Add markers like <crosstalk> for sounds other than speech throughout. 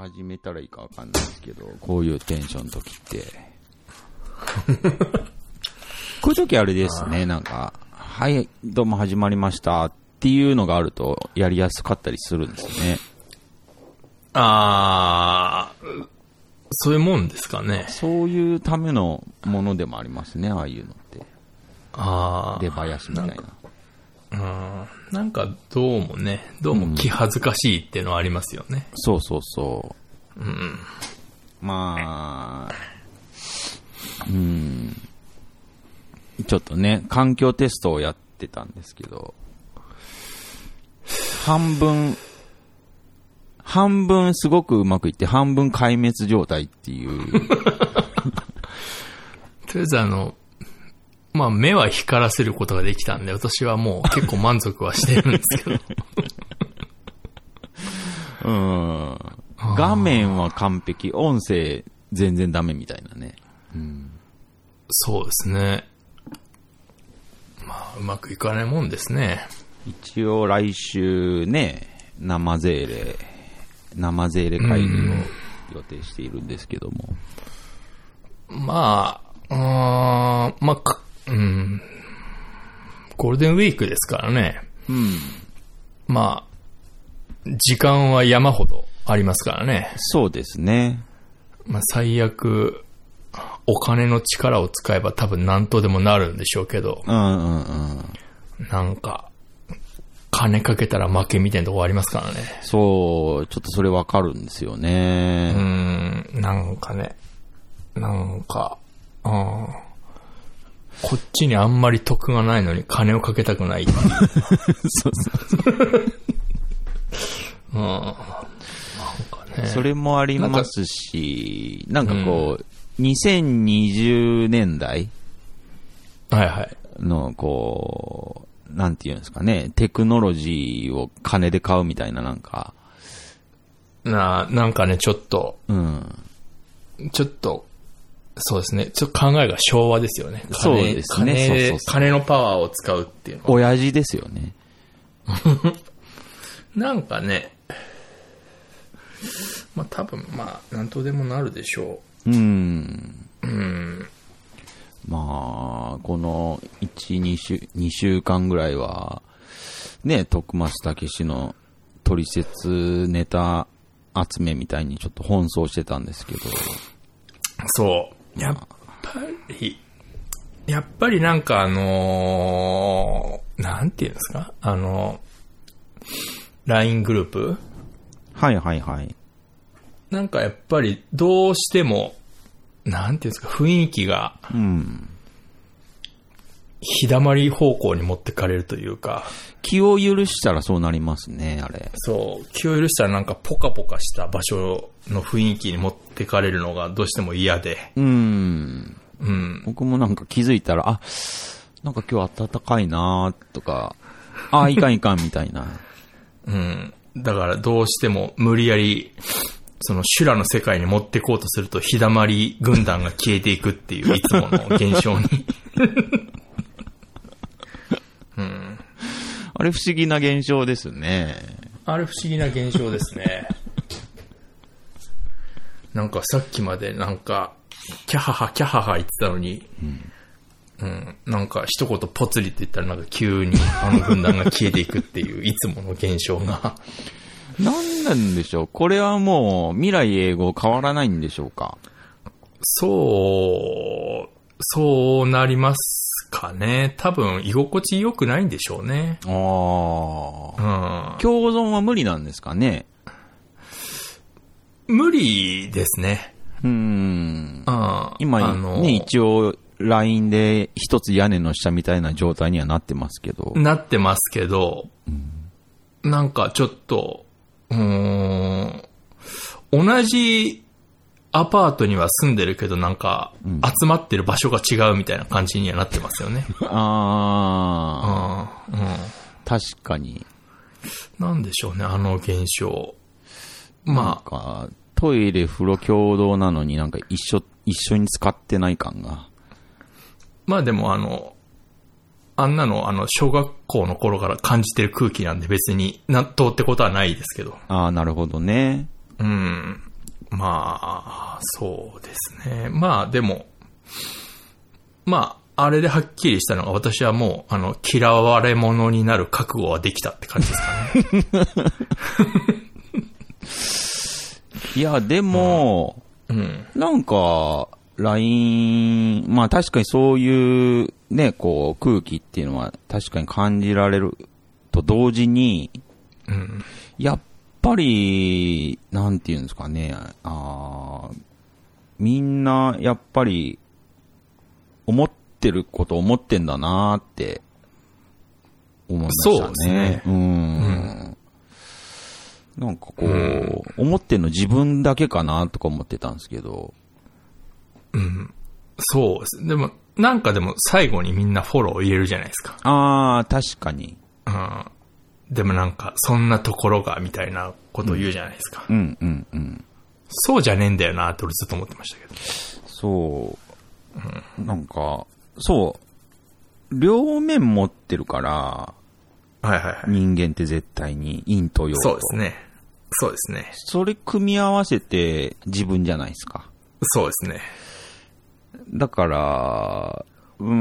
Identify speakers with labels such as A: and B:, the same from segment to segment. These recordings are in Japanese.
A: 始めたらいいかわかんないですけど、こういうテンションの時って。こういう時あれですね、なんか、はい、どうも始まりましたっていうのがあると、やりやすかったりするんですよね。
B: あー、そういうもんですかね。
A: そういうためのものでもありますね、ああいうのって。
B: あ
A: 出囃子みたいな。
B: あ、うん。なんかどうもね、どうも気恥ずかしいっていうのはありますよね。
A: そうそうそう。
B: うん。
A: まあ、うん。ちょっとね、環境テストをやってたんですけど、半分、半分すごくうまくいって、半分壊滅状態って
B: <laughs>
A: いう、
B: とりあえずあの、まあ目は光らせることができたんで、私はもう結構満足はしてるんですけど。
A: うん。画面は完璧、音声全然ダメみたいなね。
B: そうですね。まあ、うまくいかないもんですね。
A: 一応来週ね、生税礼、生税礼会議を予定しているんですけども。
B: まあ、うーん、まあ、くうん。ゴールデンウィークですからね。
A: うん。
B: まあ、時間は山ほどありますからね。
A: そうですね。
B: まあ、最悪、お金の力を使えば多分何とでもなるんでしょうけど、
A: うんうんうん。
B: なんか、金かけたら負けみたいなとこありますからね。
A: そう、ちょっとそれわかるんですよ
B: うー
A: ね。
B: ん、なんかね、なんか、うん。こっちにあんまり得がないのに金をかけたく <laughs> ない。
A: そうそ
B: <laughs> うん。なんかね。
A: うそれもありますし、なんかこう、2020年代
B: はいはい。
A: のこう、なんていうんですかね、テクノロジーを金で買うみたいななんか、
B: な、なんかね、ちょっと、
A: うん。
B: ちょっと、そうですね。ちょっと考えが昭和ですよね。金
A: そうですね
B: 金で
A: そうそうそう
B: 金のパワーを使うっていうのは。
A: 親父ですよね。
B: なんかね、まあ多分、まあ、なんとでもなるでしょ
A: うん。
B: う。うん。
A: まあ、この1、2週、二週間ぐらいは、ね、徳松武史の取説ネタ集めみたいにちょっと奔走してたんですけど、
B: そう。やっぱり、やっぱりなんかあのーなんていうんですかあのー、LINE グループ
A: はいはいはい。
B: なんかやっぱりどうしても、なんていうんですか、雰囲気が
A: うん。
B: 日だまり方向に持ってかれるというか、
A: 気を許したらそうなりますね、あれ。
B: そう、気を許したらなんかポカポカした場所の雰囲気に持ってかれるのがどうしても嫌で、
A: うん。
B: うん。
A: 僕もなんか気づいたら、あ、なんか今日暖かいなとか、あ、いかんいかんみたいな。
B: うん。だからどうしても無理やり、その修羅の世界に持ってこうとすると、日だまり軍団が消えていくっていう、いつもの現象に。
A: <laughs> あれ不思議な現象ですね。
B: あれ不思議な現象ですね。 <laughs> なんかさっきまでなんか、キャハハキャハハ言ってたのに、うん、なんか一言ポツリって言ったらなんか急にあの軍団が消えていくっていう、いつもの現象が。 <laughs>
A: なんなんでしょうこれはもう未来英語変わらないんでしょうか
B: そう、そうなりますかね。多分居心地良くないんでしょうね。
A: ああ。共
B: うん。
A: 存は無理なんですかね
B: 無理ですね。
A: うーん。
B: うん。あ
A: 今、
B: の
A: ね、一応 LINE で一つ屋根の下みたいな状態にはなってますけど。
B: なってますけど、なんかちょっと、うーん、同じアパートには住んでるけど、なんか
A: うん
B: 集まってる場所が違うみたいな感じにはなってます
A: <laughs>
B: よね。う
A: ああ、
B: ん、うん。
A: 確かに。
B: なんでしょうね、あの現象。
A: なん
B: ま
A: か、トイレ、風呂共同なのになんか一緒、一緒に使ってない感が。
B: あ、まあでもあの、あんなの、あの、小学校の頃から感じてる空気なんで別に、納豆ってことはないですけど。
A: ああ、なるほどね。
B: うん。まあ、そうですね。まあ、でも、まあ、あれではっきりしたのが、私はもう、あの、嫌われ者になる覚悟はできたって感じですかね。
A: いや、でも、
B: <laughs> うん。
A: なんか、LINE、まあ確かにそういうね、こう空気っていうのは確かに感じられると同時に、
B: うん。
A: やっぱり、なんていうんですかね、あーみんなやっぱり思ってること思ってんだなーって思いましたね。
B: そうですね
A: うん。なんかこう、思ってんの自分だけかなとか思ってたんですけど、
B: そうです。でも、なんかでも最後にみんなフォローを入れるじゃないですか。
A: ああ、確かに。
B: うん。でもなんか、そんなところが、みたいなことを言うじゃないですか。
A: うんうんうん。
B: そうじゃねえんだよなって俺ずっと思ってましたけど。
A: そう。なんか、そう。両面持ってるから、
B: はいはいはい。
A: 人間って絶対に陰と陽と。
B: そうですね。そうですね。
A: それ組み合わせて自分じゃないですか。
B: そうですね。
A: だから、うー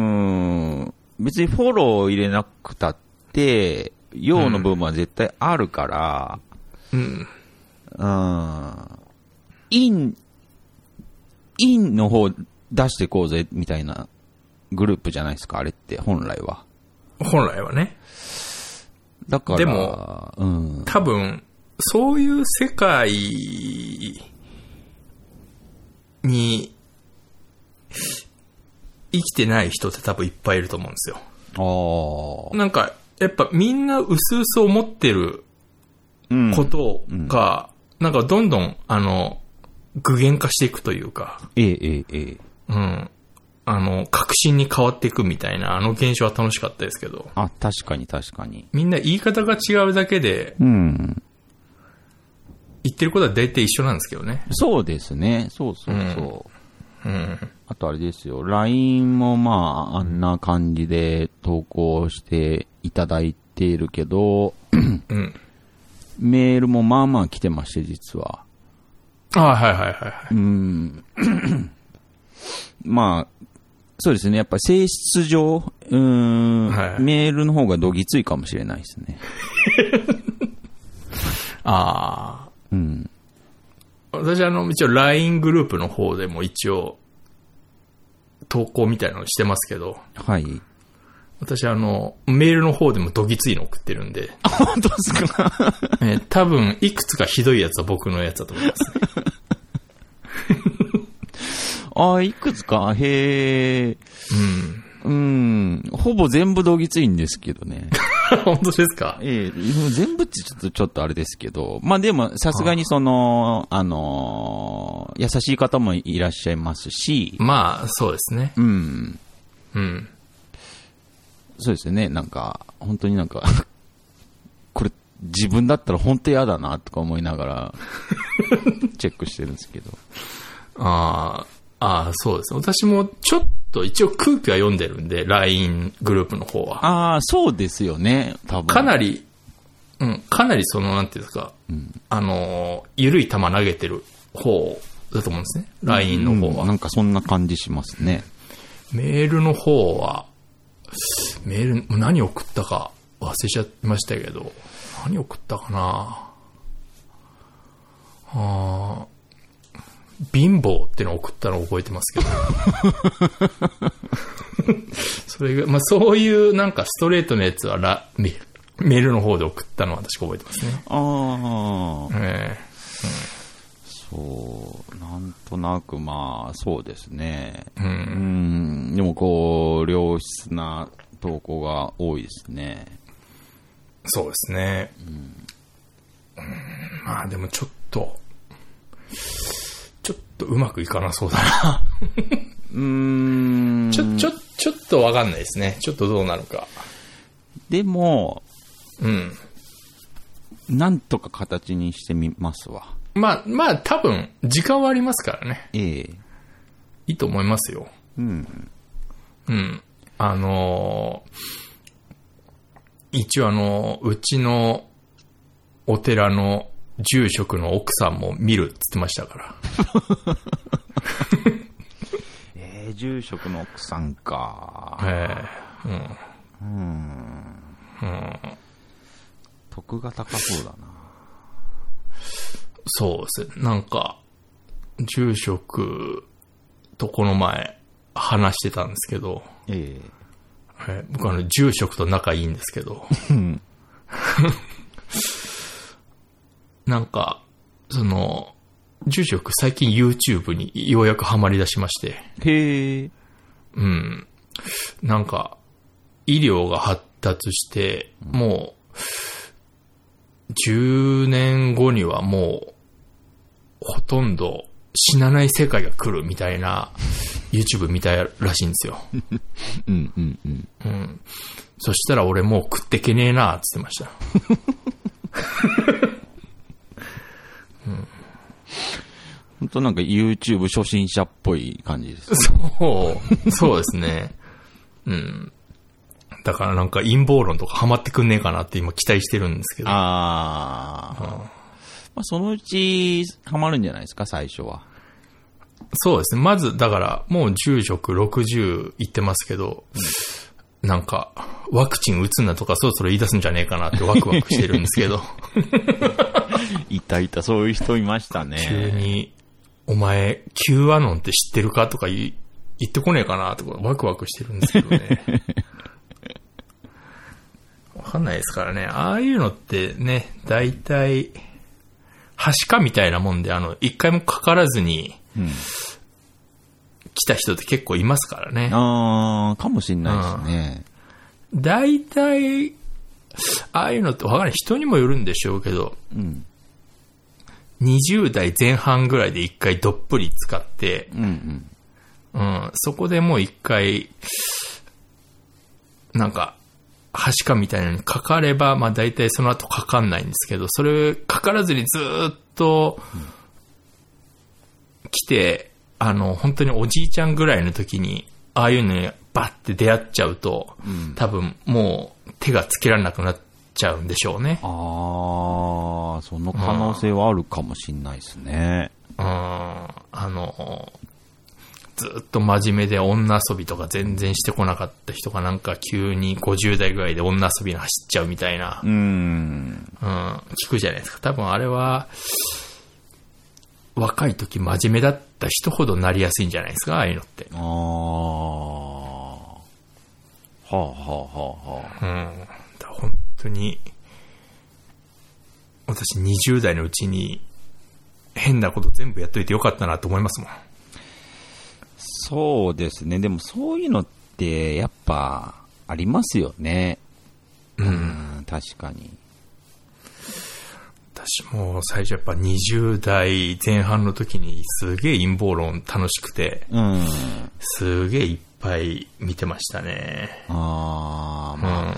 A: ん、別にフォロー入れなくたって、陽の部分は絶対あるから、
B: うん。
A: うん、陰、陰の方出してこうぜ、みたいなグループじゃないですか、あれって、本来は。
B: 本来はね。
A: だから、
B: でも
A: うん、
B: 多分、そういう世界に生きてない人って多分いっぱいいると思うんですよ。
A: ああ、
B: なんか、やっぱみんな薄々思ってる
A: うん
B: ことが、なんかどんどん、あの、具現化していくというか、
A: ええ、ええ、ええ。
B: うん。あの、確信に変わっていくみたいな、あの現象は楽しかったですけど、
A: あ、確かに確かに。
B: みんな言い方が違うだけで、
A: うん。
B: 言ってることは大体一緒なんですけどね。
A: そうですね。そうそうそう。
B: うん。
A: あとあれですよ。LINE もまあ、あんな感じで投稿していただいているけど、
B: うん。
A: メールもまあまあ来てまして、実は。
B: ああはいはいはいはい。
A: うん。まあ、そうですね。やっぱ性質上、うん、
B: はい
A: メールの方がどぎついかもしれないですね。
B: ああ。
A: うん。
B: 私あの、一応 LINE グループの方でも一応、投稿みたいなのしてますけど、
A: はい。
B: 私あの、メールの方でもどぎついの送ってるんで、
A: 本当ですか
B: えー多分、いくつかひどいやつは僕のやつだと思います、ね。
A: ああ、いくつか、へえ。うん。ほぼ全部どぎついんですけどね。
B: うん。本当ですか
A: ええ全部ってちょっと、ちょっとあれですけど、まあでも、さすがにその、あのー優しい方もいらっしゃいますし、
B: まあ、そうですね。
A: うん、
B: うん。
A: そうですよね、なんか、本当になんか、 <laughs> これ、自分だったら本当嫌だな、とか思いなが
B: <laughs>
A: ら、チェックしてるんですけど。
B: ああ、ああ、そうです。私もちょっと一応空気は読んでるんで、LINE グループの方は。
A: ああ、そうですよね、多分。
B: かなり、うん、かなりその、なんていうんですか、あのー、緩い球投げてる方だと思うんですね。LINE の方は。
A: うんなんかそんな感じしますね。
B: メールの方は、メール、何送ったか忘れちゃいましたけど、何送ったかなあー貧乏ってのを送ったのを覚えてますけど。 <laughs> それが、まあそういうなんかストレートのやつはラメメールの方で送ったのは確か覚えてますね。
A: ああ、
B: え
A: そう、なんとなくまあ、そうですね。
B: えうん
A: うーん、でもこう、良質な投稿が多いですね。
B: そうですね。うんまあでもちょっと、ちょっとうまくいかなそうだな。
A: うーん。
B: ちょ、ちょ、ちょっとわかんないですね。ちょっとどうなるか。
A: でも、
B: うん。
A: なんとか形にしてみますわ。
B: まあ、まあ多分、時間はありますからね。
A: ええ
B: いいと思いますよ。
A: うん。
B: うん。あのー一応あのーうちのお寺の住職の奥さんも見るって言ってましたから。
A: えー、住職の奥さんか。
B: ええうん。
A: うん。得が高そうだな。
B: そうですね。なんか、住職とこの前話してたんですけど、
A: え
B: え僕あの、住職と仲いいんですけど、
A: えうん。
B: なんか、その、住職最近 YouTube にようやくハマり出しまして、
A: へえ。
B: うん。なんか、医療が発達して、もう、10年後にはもう、ほとんど死なない世界が来るみたいな YouTube 見たらしいんですよ。
A: うんうんうん。
B: うん。そしたら俺もう食ってけねえな、つってました。
A: 本当なんか YouTube 初心者っぽい感じ
B: <laughs>
A: です。
B: そう、そうですね。うん。だからなんか陰謀論とかハマってくんねえかなって今期待してるんですけど。
A: ああ。まあ、そのうち、ハマるんじゃないですか、最初は。
B: そうですね。まず、だから、もう住職60いってますけど、なんか、ワクチン打つんだとか、そろそろ言い出すんじゃねえかなってワクワクしてるんです
A: <laughs>
B: けど、
A: いたいた、そういう人いました
B: 急
A: ね。
B: に、お前、Q アノンって知ってるかとか言い言ってこねえかなとか、ワクワクしてるんですけど
A: <laughs>
B: ね。わかんないですからね。ああいうのってね、大体、はしかみたいなもんで、あの、一回もかからずに
A: うん。
B: 来た人って結構いますからね。
A: ああ、かもしんないですね。
B: 大体、ああいうのってわかんない。人にもよるんでしょうけど、
A: うん。
B: 20代前半ぐらいで一回どっぷり使って、
A: うんうん。
B: うん、そこでもう一回、なんか、はしかみたいなのにかかれば、まあ大体その後かかんないんですけど、それかからずにずーっと来て、あの、本当におじいちゃんぐらいの時に、ああいうのにバッて出会っちゃうと、多分もう手がつけられなくなっちゃうんでしょうね。
A: ああ、その可能性はあるかもしんないですね。
B: うん、あの、ずっと真面目で女遊びとか全然してこなかった人がなんか急に50代ぐらいで女遊びの走っちゃうみたいな
A: う、ん。
B: うん、聞くじゃないですか。多分あれは、若い時真面目だった人ほどなりやすいんじゃないですか、ああいうのって。
A: ああ。はあはあはあはあ。
B: うん。だから本当に、私20代のうちに変なこと全部やっといてよかったなと思いますもん。
A: そうですね。でもそういうのって、やっぱ、ありますよね。うん、確かに。
B: 私も最初やっぱ20代前半の時にすげえ陰謀論楽しくて、
A: うん。
B: すげえいっぱい見てましたね。
A: ああ、
B: うん。
A: まあ、
B: あ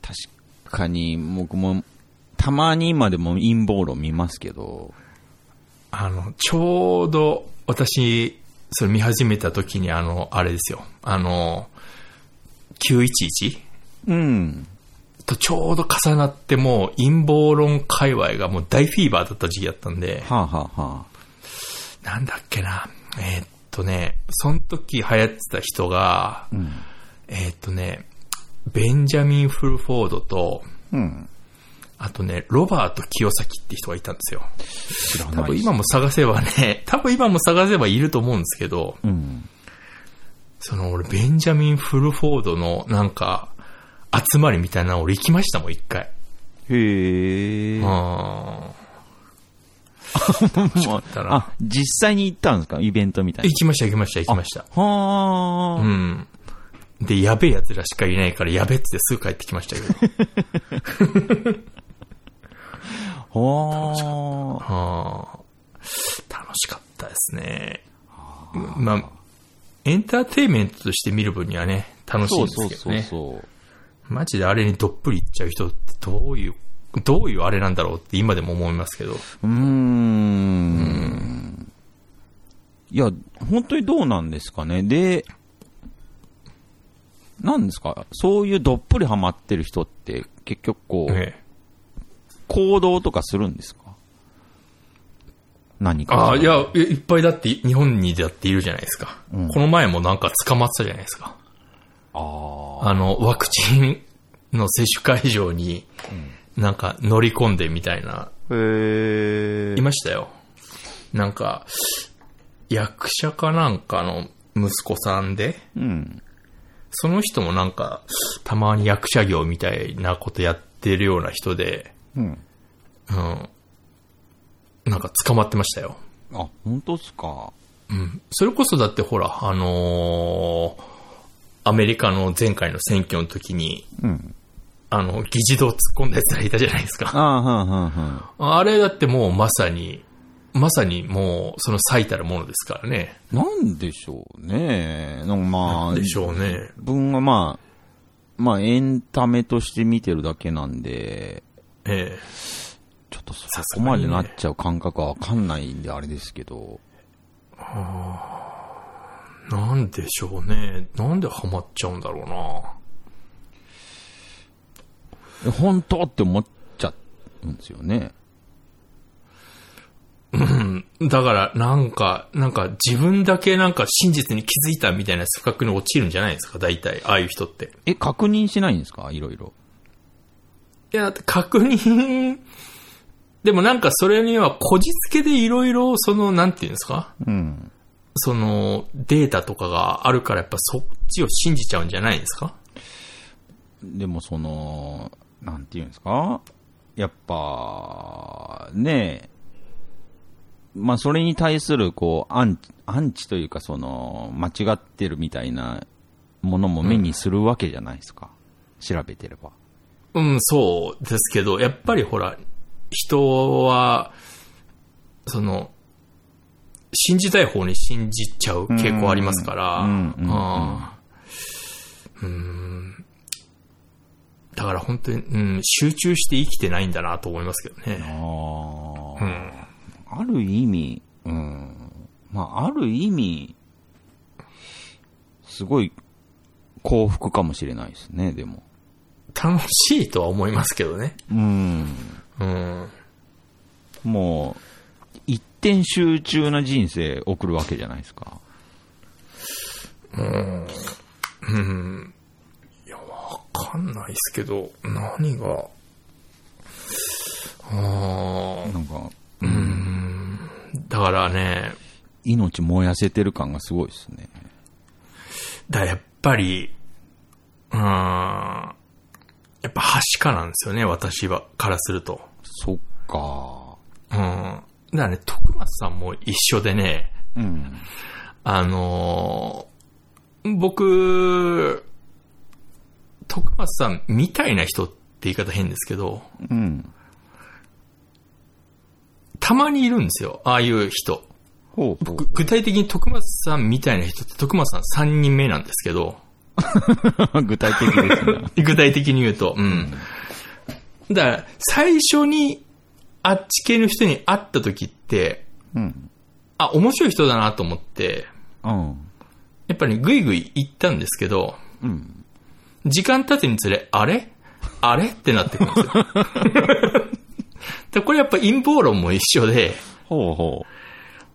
A: 確かに僕も、たまに今でも陰謀論見ますけど、
B: の、ちょうど私、それ見始めた時にあの、あれですよ。あの、911?
A: うん。
B: とちょうど重なってもう陰謀論界隈がもう大フィーバーだった時期だったんで、
A: はあ、はあは
B: なんだっけな。えーっとね、その時流行ってた人が、
A: あ、うん。
B: えーっとね、ベンジャミン・フルフォードと、
A: うん。
B: あとね、ロバート清崎って人がいたんですよ。
A: 知ら
B: 多分今も探せばね、 <laughs> 多分今も探せばいると思うんですけど、
A: うん。
B: その俺、ベンジャミン・フルフォードのなんか、集まりみたいなの俺行きましたもん、一回。
A: へえ。 <laughs>
B: うん。たな
A: あ、実際に行ったんですかイベントみたい
B: 行きました、行きました、行きました。
A: な。は
B: う
A: あ、
B: ん。で、やべえ奴らしかいないから、やべえっつってすぐ帰ってきましたけど。
A: はあ。
B: あー楽しかったですね。まあ、エンターテインメントとして見る分にはね、楽しい
A: そ
B: ん
A: う
B: です
A: そ
B: け
A: う
B: どね。
A: そうそう。
B: マジであれにどっぷりいっちゃう人ってどういう、どういうあれなんだろうって今でも思いますけど。
A: うーん。いや、本当にどうなんですかね。で、なんですかそういうどっぷりハマってる人って、結局こう、
B: ええ
A: 行動とかするんですか何か。
B: ああ、いや、えいっぱいだって、日本にだっているじゃないですか。この前もなんか捕まってたじゃないですか。
A: あ
B: あの、ワクチンの接種会場に、なんか乗り込んでみたいな、
A: ー。へ
B: いましたよ。なんか、役者かなんかの息子さんで、
A: うん。
B: その人もなんか、たまに役者業みたいなことやってるような人で、
A: うん。
B: うん。なんか捕まってましたよ。
A: あ、本当っすか。
B: うん。それこそだってほら、あのーアメリカの前回の選挙の時に、
A: うん。
B: あの、議事堂突っ込んだやつがいたじゃないですか。 <laughs>
A: ああ、はんはんはん。
B: あれだってもうまさに、まさにもうその最たるものですからね。
A: なんでしょうね。なんかまあ、
B: でしょうね。
A: 自分はまあ、まあエンタメとして見てるだけなんで、
B: ええ。
A: ちょっとそ
B: さす
A: こ
B: が
A: ま
B: に
A: で
B: ね
A: なっちゃう感覚はわかんないんであれですけど、
B: なんでしょうね。なんでハマっちゃうんだろう
A: え
B: な。
A: 本当って思っちゃうんですよね。
B: だから、なんか、なんか自分だけなんか真実に気づいたみたいな不覚に陥るんじゃないですか、大体、ああいう人って。
A: え、確認しないんですかいろいろ。
B: いや、だって確認、でもなんかそれにはこじつけでいろいろ、その、なんていうんですか
A: うん。
B: その、データとかがあるからやっぱそっちを信じちゃうんじゃないですか
A: でもその、なんていうんですかやっぱ、ねえ、まあそれに対するこう、アンチ、アンチというかその、間違ってるみたいなものも目にするわけじゃないですか。調べてれば。
B: うん、そうですけど、やっぱりほら、人は、その、信じたい方に信じちゃう傾向ありますから、
A: うんうんうん
B: あーうんだから本当に、うん、集中して生きてないんだなと思いますけど
A: あ
B: ね。
A: あ、
B: うん。
A: ある意味、うん。まあある意味、すごい幸福かもしれないですね、でも。
B: 楽しいとは思いますけどね。
A: うん。
B: うん。
A: もう、一点集中な人生送るわけじゃないですか。
B: うん。いや、わかんないですけど、何が、ああ、
A: なんか、
B: だからね、
A: 命燃やせてる感がすごいですね。
B: だからやっぱり、うーん、やっぱはしかなんですよね、私は、からすると。
A: そっか。
B: うん。だからね、徳松さんも一緒でね、
A: うん。
B: あのー僕、徳松さんみたいな人って言い方変ですけど、
A: うん。
B: たまにいるんですよ、ああいう人。
A: ほうほ
B: ぐ具体的に徳松さんみたいな人って徳松さん3人目なんですけど、
A: う。具体的ですね。
B: 具体的に言うと。うん。だから、最初に、あっち系の人に会った時って、
A: <laughs> うん。
B: あ、面白い人だなと思って、
A: うん。
B: やっぱりグイグイ行ったんですけど、
A: うん。
B: 時間経つにつれ、あれあれってなってくるんですよ。 <laughs> でこれやっぱ陰謀論も一緒で、
A: ほうほ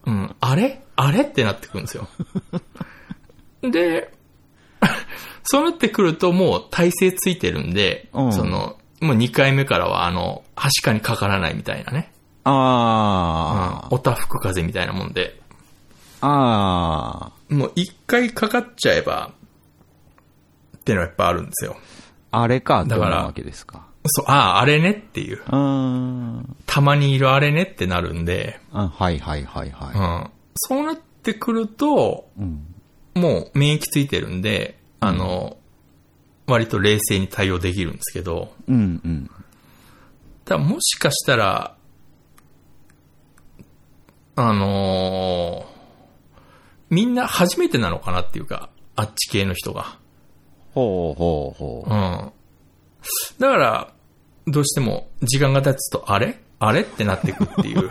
B: うん、あれあれってなってくるんで
A: <laughs>
B: すよ。で、 <laughs> そうなってくるともう体勢ついてるんで、
A: うん
B: その、もう2回目からはあの、はしかにかからないみたいなね。
A: う。あー。
B: うんおたふく風邪みたいなもんで、
A: あー。
B: もう1回かかっちゃえば、ってのはやっぱあるんですよ。
A: あれか、
B: だから
A: どうなわけですか。
B: そう、ああ、あれねっていう。
A: うーん。
B: たまにいるあれねってなるんで、
A: あはいはいはいうは
B: ん。そうなってくると、
A: い。うん。
B: もう免疫ついてるんで、あの、割と冷静に対応できるんですけど、
A: うんうん。
B: ただもしかしたら、あのーみんな初めてなのかなっていうか、あっち系の人が。
A: ほうほうほ
B: うん。だから、どうしても時間が経つと、あれあれってなってくっていう。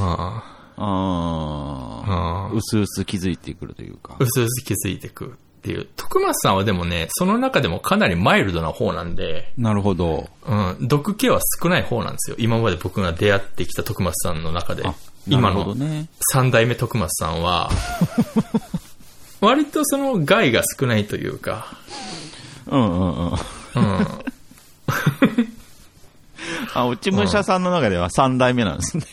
B: あ
A: う。あ
B: あ
A: ー。うすうす気づいてくるというか
B: う。すうす気づいてくっていう。徳松さんはでもね、その中でもかなりマイルドな方なんで、
A: なるほど。
B: うん、毒気は少ない方なんですよ。今まで僕が出会ってきた徳松さんの中で
A: あ。、な
B: 今
A: るほ
B: の
A: どね。
B: 三代目徳松さんは、 <laughs> 割とその害が少ないというか、
A: うんうんうん。
B: うん、
A: <laughs> あ、内武者さんの中では3代目なんですね。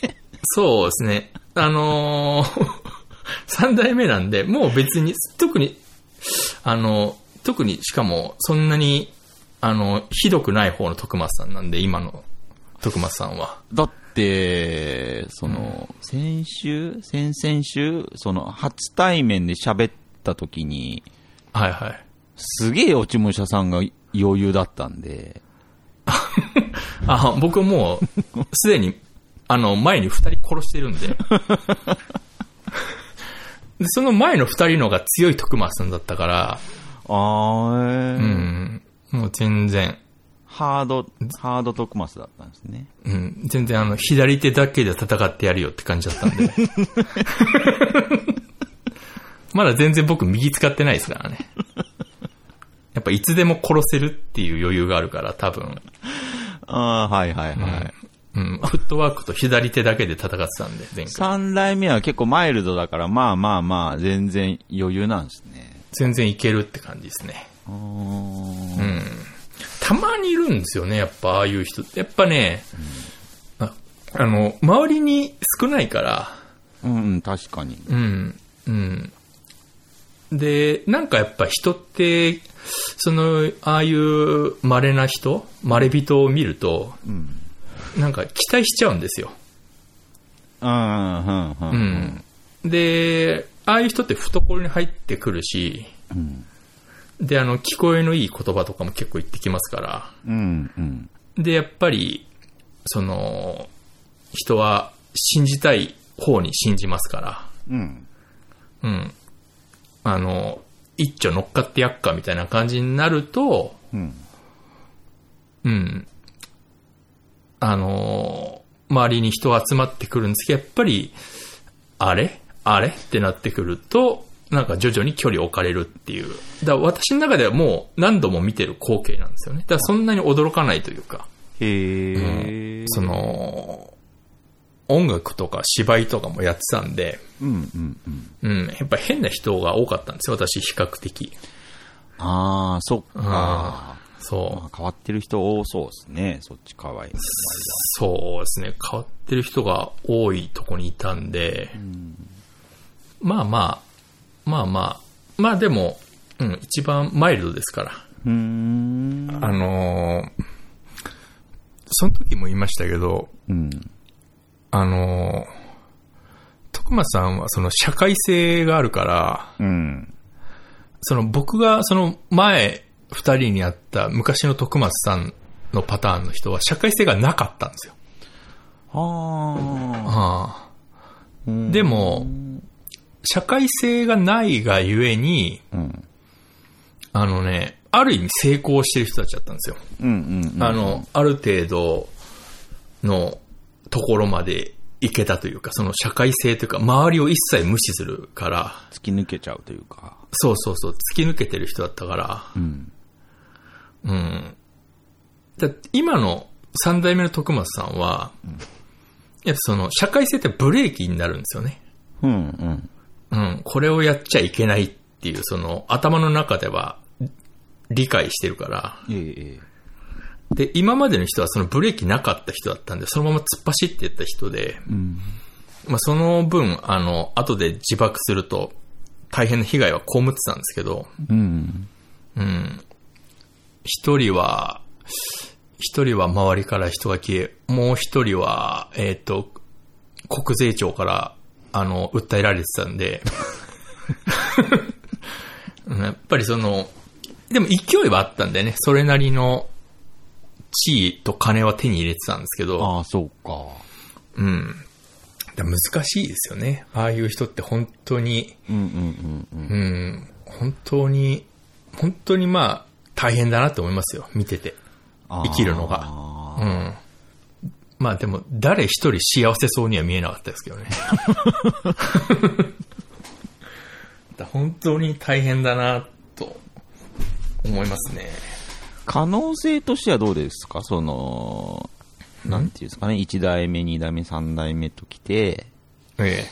B: そうですね。あのー、 <laughs> 三代目なんで、もう別に、特に、あの、特に、しかも、そんなに、あの、ひどくない方の徳松さんなんで、今の徳松さんは。
A: だって、その、先週、先々週、その、初対面で喋った時に、
B: はいはい。
A: すげえ落ち武者さんが余裕だったんで、
B: あ、僕もう、すでに、あの、前に二人殺してるんで。でその前の二人のが強い徳松さんだったから、
A: あー、えー
B: うん、もう全然、
A: ハード、ハードトクマスだったんですね。
B: うん、全然あの、左手だけで戦ってやるよって感じだったんで。 <laughs> まだ全然僕右使ってないですからね。やっぱいつでも殺せるっていう余裕があるから、多分。
A: ああ、はいはいはい。
B: うん、フットワークと左手だけで戦ってたんで、前回。
A: 三代目は結構マイルドだから、まあまあまあ、全然余裕なんですね。
B: 全然いけるって感じですね。
A: あー
B: うん。たまにいるんですよね、やっぱああいう人。やっぱね、ああの、周りに少ないから、
A: うん、うん、確かに。
B: うん。うん。で、なんかやっぱ人って、その、ああいう稀な人、稀人を見ると、
A: うん。
B: なんか期待しちゃうんですよ。
A: うん、うん、う。
B: うんん。で、ああいう人って懐に入ってくるし、
A: うん、
B: で、あの、聞こえのいい言葉とかも結構言ってきますから、
A: うん、うん。
B: で、やっぱり、その、人は信じたい方に信じますから、
A: うん。
B: うん。あの、一丁乗っかってやっかみたいな感じになると、
A: うん。
B: うん。あの、周りに人が集まってくるんですけど、やっぱり、あれあれってなってくると、なんか徐々に距離を置かれるっていう。だから私の中ではもう何度も見てる光景なんですよね。だからそんなに驚かないというか。
A: へえ。
B: その、音楽とか芝居とかもやってたんで、
A: うん、うん、うん。
B: うん、やっぱ変な人が多かったんですよ、私、比較的。
A: ああ、そっか。ま
B: そ
A: あ
B: う。
A: 変わってる人多そうですね。そっちかわいい。
B: そうですね、変わってる人が多いとこにいたんで、まあまあ、まあまあ、まあでも、うん、一番マイルドですから。
A: うーん。
B: あのーその時も言いましたけど、
A: うん。
B: あのー徳間さんはその社会性があるから、
A: うん。
B: その僕がその前二人に会った昔の徳松さんのパターンの人は社会性がなかったんですよ。
A: あ
B: あ
A: あ。
B: あでも、社会性がないがゆえに、
A: うん。
B: あのね、ある意味成功してる人たちだったんですよ。
A: うん、うん、うん。
B: あの、ある程度のところまで行けたというか、その社会性というか、周りを一切無視するから、
A: 突き抜けちゃうというか。
B: そうそうそう、突き抜けてる人だったから、
A: うん。
B: うん。だって今の三代目の徳松さんは、やっぱその、社会性ってブレーキになるんですよね。
A: うん、うん。
B: うん。これをやっちゃいけないっていう、その、頭の中では理解してるから。
A: ええええ。
B: で、今までの人はそのブレーキなかった人だったんで、そのまま突っ走っていった人で、
A: うん。
B: まあその分、あの、後で自爆すると、大変な被害は被ってたんですけど、
A: うん。
B: うん。一人は、一人は周りから人が消え、もう一人は、えっ、と、国税庁から、あの、訴えられてたんで、 <laughs> うんやっぱりその、でも勢いはあったんだよね。それなりの地位と金は手に入れてたんですけど、
A: ああ、そうか。
B: うん。だから難しいですよね。ああいう人って本当に、
A: うん、うん、うん、うん。
B: うん、本当に、本当にまあ、大変だなと思いますよ、見てて。生きるのが
A: あ
B: う
A: ー
B: ん。まあでも、誰一人幸せそうには見えなかったですけ <laughs> どね。だ本当に大変だなと思いますね。
A: 可能性としてはどうですかその、なんていうんですかね、1代目、2代目、3代目と来て、
B: ええ。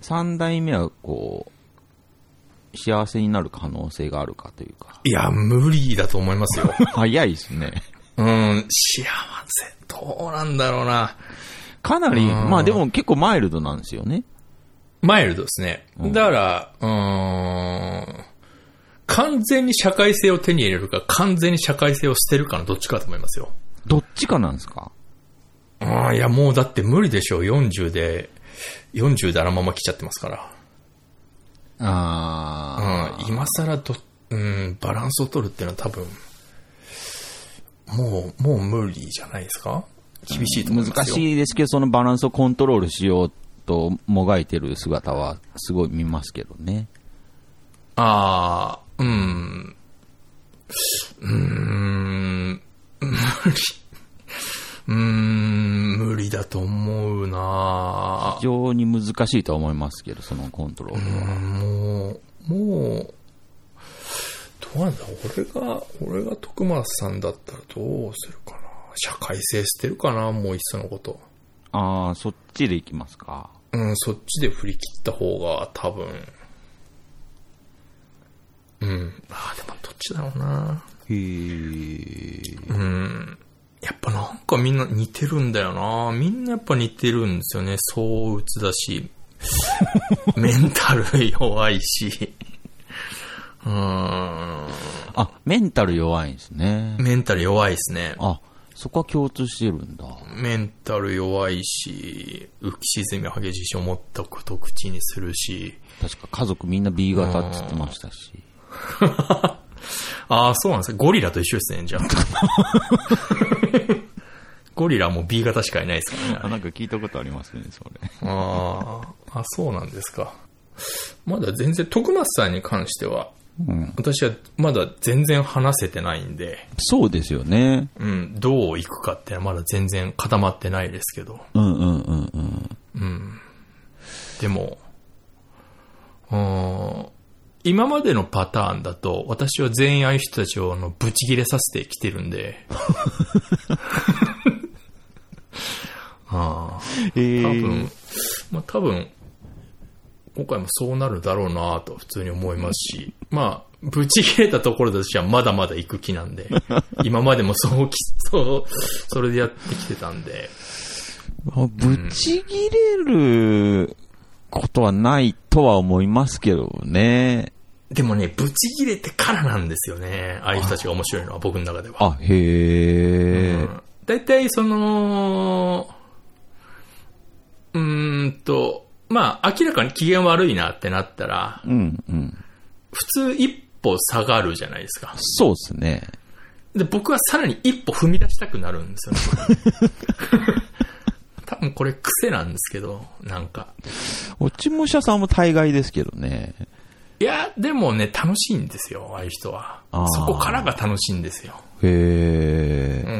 A: 3代目はこう、幸せになる可能性があるかという
B: <laughs>
A: か。
B: いや、無理だと思いますよ。
A: 早いですね。
B: <laughs> うん、幸せ、どうなんだろうな。
A: かなり、
B: うん
A: まあでも結構マイルドなんですよね。
B: マイルドですね。だから、うーん、完全に社会性を手に入れるか、完全に社会性を捨てるかのどっちかだと思いますよ。
A: どっちかなんですか
B: うん、いや、もうだって無理でしょう。40で、40であらまま来ちゃってますから。
A: あ
B: うん、今更ど、うん、バランスを取るっていうのは多分、もう、もう無理じゃないですか厳しいと思いま
A: 難
B: すよ。い。
A: しいですけど、そのバランスをコントロールしようともがいてる姿はすごい見ますけどね。
B: ああ、うん。うーん、 <laughs> 無理。うーん、無理だと思うな
A: 非常に難しいとは思いますけど、そのコントロールは。
B: うんもう、もう、どうなんだ俺が、俺が徳松さんだったらどうするかな社会性捨てるかなもういっそのこと。
A: ああ、そっちで行きますか。
B: うん、そっちで振り切った方が多分。うん。ああ、でもどっちだろうな。
A: へえ。
B: うん。やっぱなんかみんな似てるんだよな。みんなやっぱ似てるんですよね。そう鬱だし、メンタル弱いし。うん。
A: あ、メンタル弱いんですね。
B: メンタル弱いですね。
A: あ、そこは共通してるんだ。
B: メンタル弱いし、浮き沈み激しいし、思ったことを口にするし。
A: 確か家族みんな B 型って言ってましたし。
B: ああ、そうなんですか。ゴリラと一緒ですね、 <laughs> じゃあ。ゴリラも B 型しかいないですからね。
A: なんか聞いたことありますね、それ。
B: あーあ、そうなんですか。まだ全然、徳松さんに関しては、
A: うん。
B: 私はまだ全然話せてないんで、
A: そうですよね。
B: うん、どういくかってのはまだ全然固まってないですけど、
A: うんうんうんうん。
B: でも、うーん、今までのパターンだと、私は全員ああいう人たちをあのブチギレさせてきてるんで、 <laughs> ああ
A: へえ
B: 多分、まあ多分、今回もそうなるだろうなと普通に思いますし、まあ、ぶち切れたところとしてはまだまだ行く気なん <laughs> で、今までもそうき、そう、それでやってきてたんで、
A: あぶち切れることはないとは思いますけどね。
B: でもね、ぶち切れてからなんですよね。ああいう人たちが面白いのは僕の中では。
A: あ、へえ、
B: 大体その、うーんと、まあ明らかに機嫌悪いなってなったら、
A: うん。うんうん
B: 普通一歩下がるじゃないですか。
A: そうですね。
B: で、僕はさらに一歩踏み出したくなるんですよね。
A: <laughs>
B: 多分これ癖なんですけど、なんか。
A: 落ち武者さんも大概ですけどね。
B: いや、でもね、楽しいんですよ、ああいう人は
A: あー。
B: そこからが楽しいんですよ。
A: へ
B: う
A: え。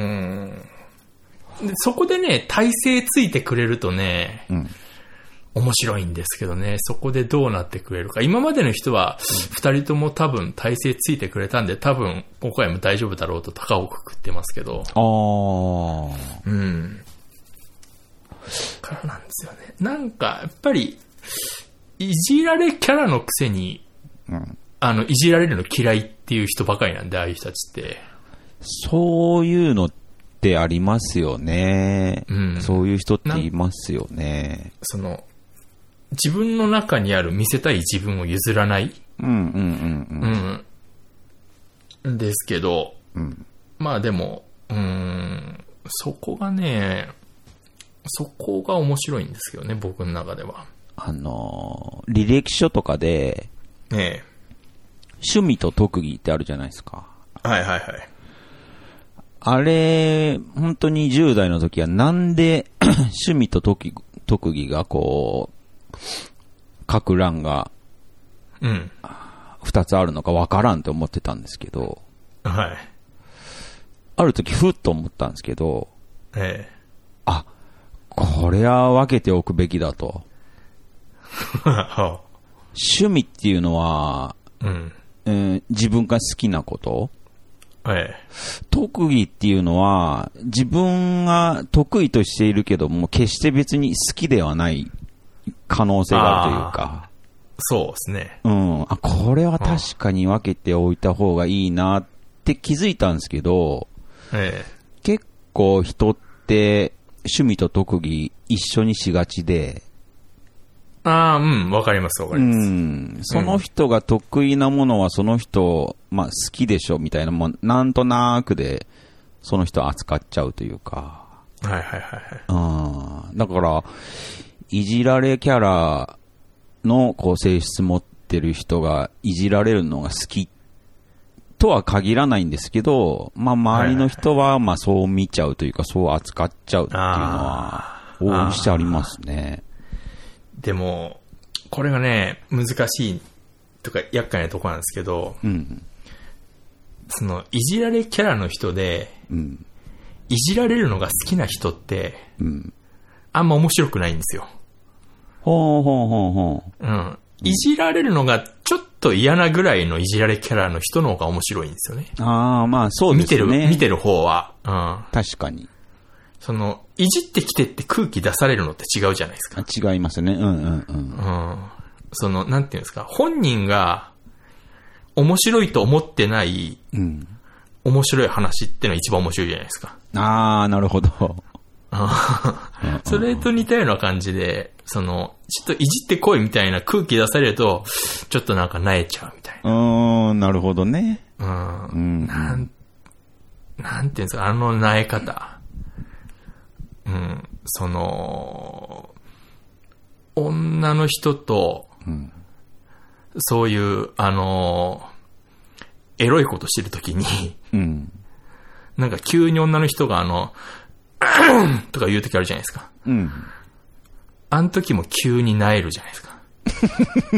B: ん。でそこでね、体勢ついてくれるとね、
A: うん。
B: 面白いんですけどね、そこでどうなってくれるか。今までの人は、二人とも多分体勢ついてくれたんで、多分、今回も大丈夫だろうと高をくくってますけど。
A: ああ。
B: うん。からなんですよね。なんか、やっぱり、いじられキャラのくせに、
A: うん。
B: あの、いじられるの嫌いっていう人ばかりなんで、ああいう人たちって。
A: そういうのってありますよね。
B: うん
A: そういう人っていますよね。
B: その、自分の中にある見せたい自分を譲らない。
A: うんうんうんうん。
B: うん。ですけど、
A: うん
B: まあでも、うーん、そこがね、そこが面白いんですけどね、僕の中では。
A: あのー、履歴書とかで、
B: ね
A: 趣味と特技ってあるじゃないですか。
B: え。はいはいはい。
A: あれ、本当に10代の時はなんで <clears throat> 趣味と特技特技がこう、書く欄が
B: うん。
A: 2つあるのかわからんって思ってたんですけど、
B: はい。
A: ある時ふっと思ったんですけど、
B: え <laughs> え。
A: あ、これは分けておくべきだと。
B: は
A: 趣味っていうのは、
B: あうん。
A: えー自分が好きなこと
B: え
A: 特技っていうのは、自分が得意としているけども、決して別に好きではない可能性があるというか、
B: そうですね。
A: うん、あ、これは確かに分けておいた方がいいなって気づいたんですけど、
B: え
A: 結構人って趣味と特技一緒にしがちで、
B: えああ、うん、わかります、わか
A: う
B: ります。
A: ん、その人が得意なものはその人、まあ好きでしょみたいな、もうなんとなくで、その人扱っちゃうというか、
B: はいはいはいはい。
A: うんだから、いじられキャラのこう性質持ってる人がいじられるのが好きとは限らないんですけど、まあ周りの人はまあそう見ちゃうというか、そう扱っちゃうっていうのは、大いにしてありますね。
B: でも、これがね、難しいとか厄介なとこなんですけど、
A: うん。
B: その、いじられキャラの人で、
A: うん。
B: いじられるのが好きな人って、
A: うん。
B: あんま面白くないんですよ。
A: ほうほうほうほう。
B: うん。いじられるのがちょっと嫌なぐらいのいじられキャラの人の方が面白いんですよね。
A: ああ、まあそうです
B: 見て
A: ね。
B: る、見てる方は。うん。
A: 確かに。
B: その、いじってきてって空気出されるのって違うじゃないですか。
A: あ違いますね。うんうんうん。
B: うん。その、なんていうんですか、本人が面白いと思ってない
A: うん。
B: 面白い話ってのが一番面白いじゃないですか。 <laughs>
A: ああ、なるほど。
B: うん <laughs> それと似たような感じで、その、ちょっといじってこいみたいな空気出されると、ちょっとなんか萎えちゃうみたいう
A: ーん、なるほどね。
B: な。う。
A: うんん。
B: なん、なんていうんですか、あの萎え方。うん、その、女の人と、
A: うん
B: そういう、あの、エロいことしてるときに、
A: うん。
B: なんか急に女の人があの、 <clears throat> とか言うときあるじゃないですか。
A: うん。
B: あの時も急に萎えるじゃないですか。 <laughs>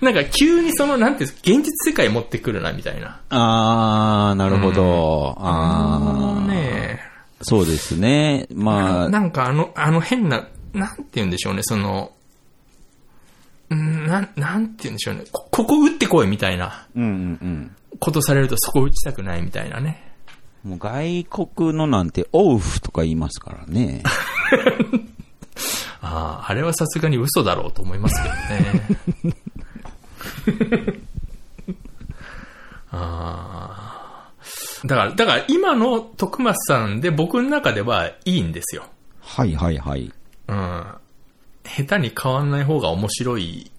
B: なんか急にその、なんていうんですか、現実世界持ってくるな、みたいな。
A: あー、なるほど。あ
B: もう
A: ー、
B: ね、
A: そうですね。まあ、
B: なんかあの、あの変な、なんて言うんでしょうね、その、うんなん、なんて言うんでしょうね、こ、ここ打ってこいみたいな
A: うんうん
B: ことされるとそこ打ちたくないみたいなね。
A: うん。もう外国のなんて、オウフとか言いますからね。
B: ああ、あれはさすがに嘘だろうと思いますけどね。ああ。だから、だから今の徳松さんで僕の中ではいいんですよ。
A: <laughs> はいはいはい。
B: うん。下手に変わんない方が面白い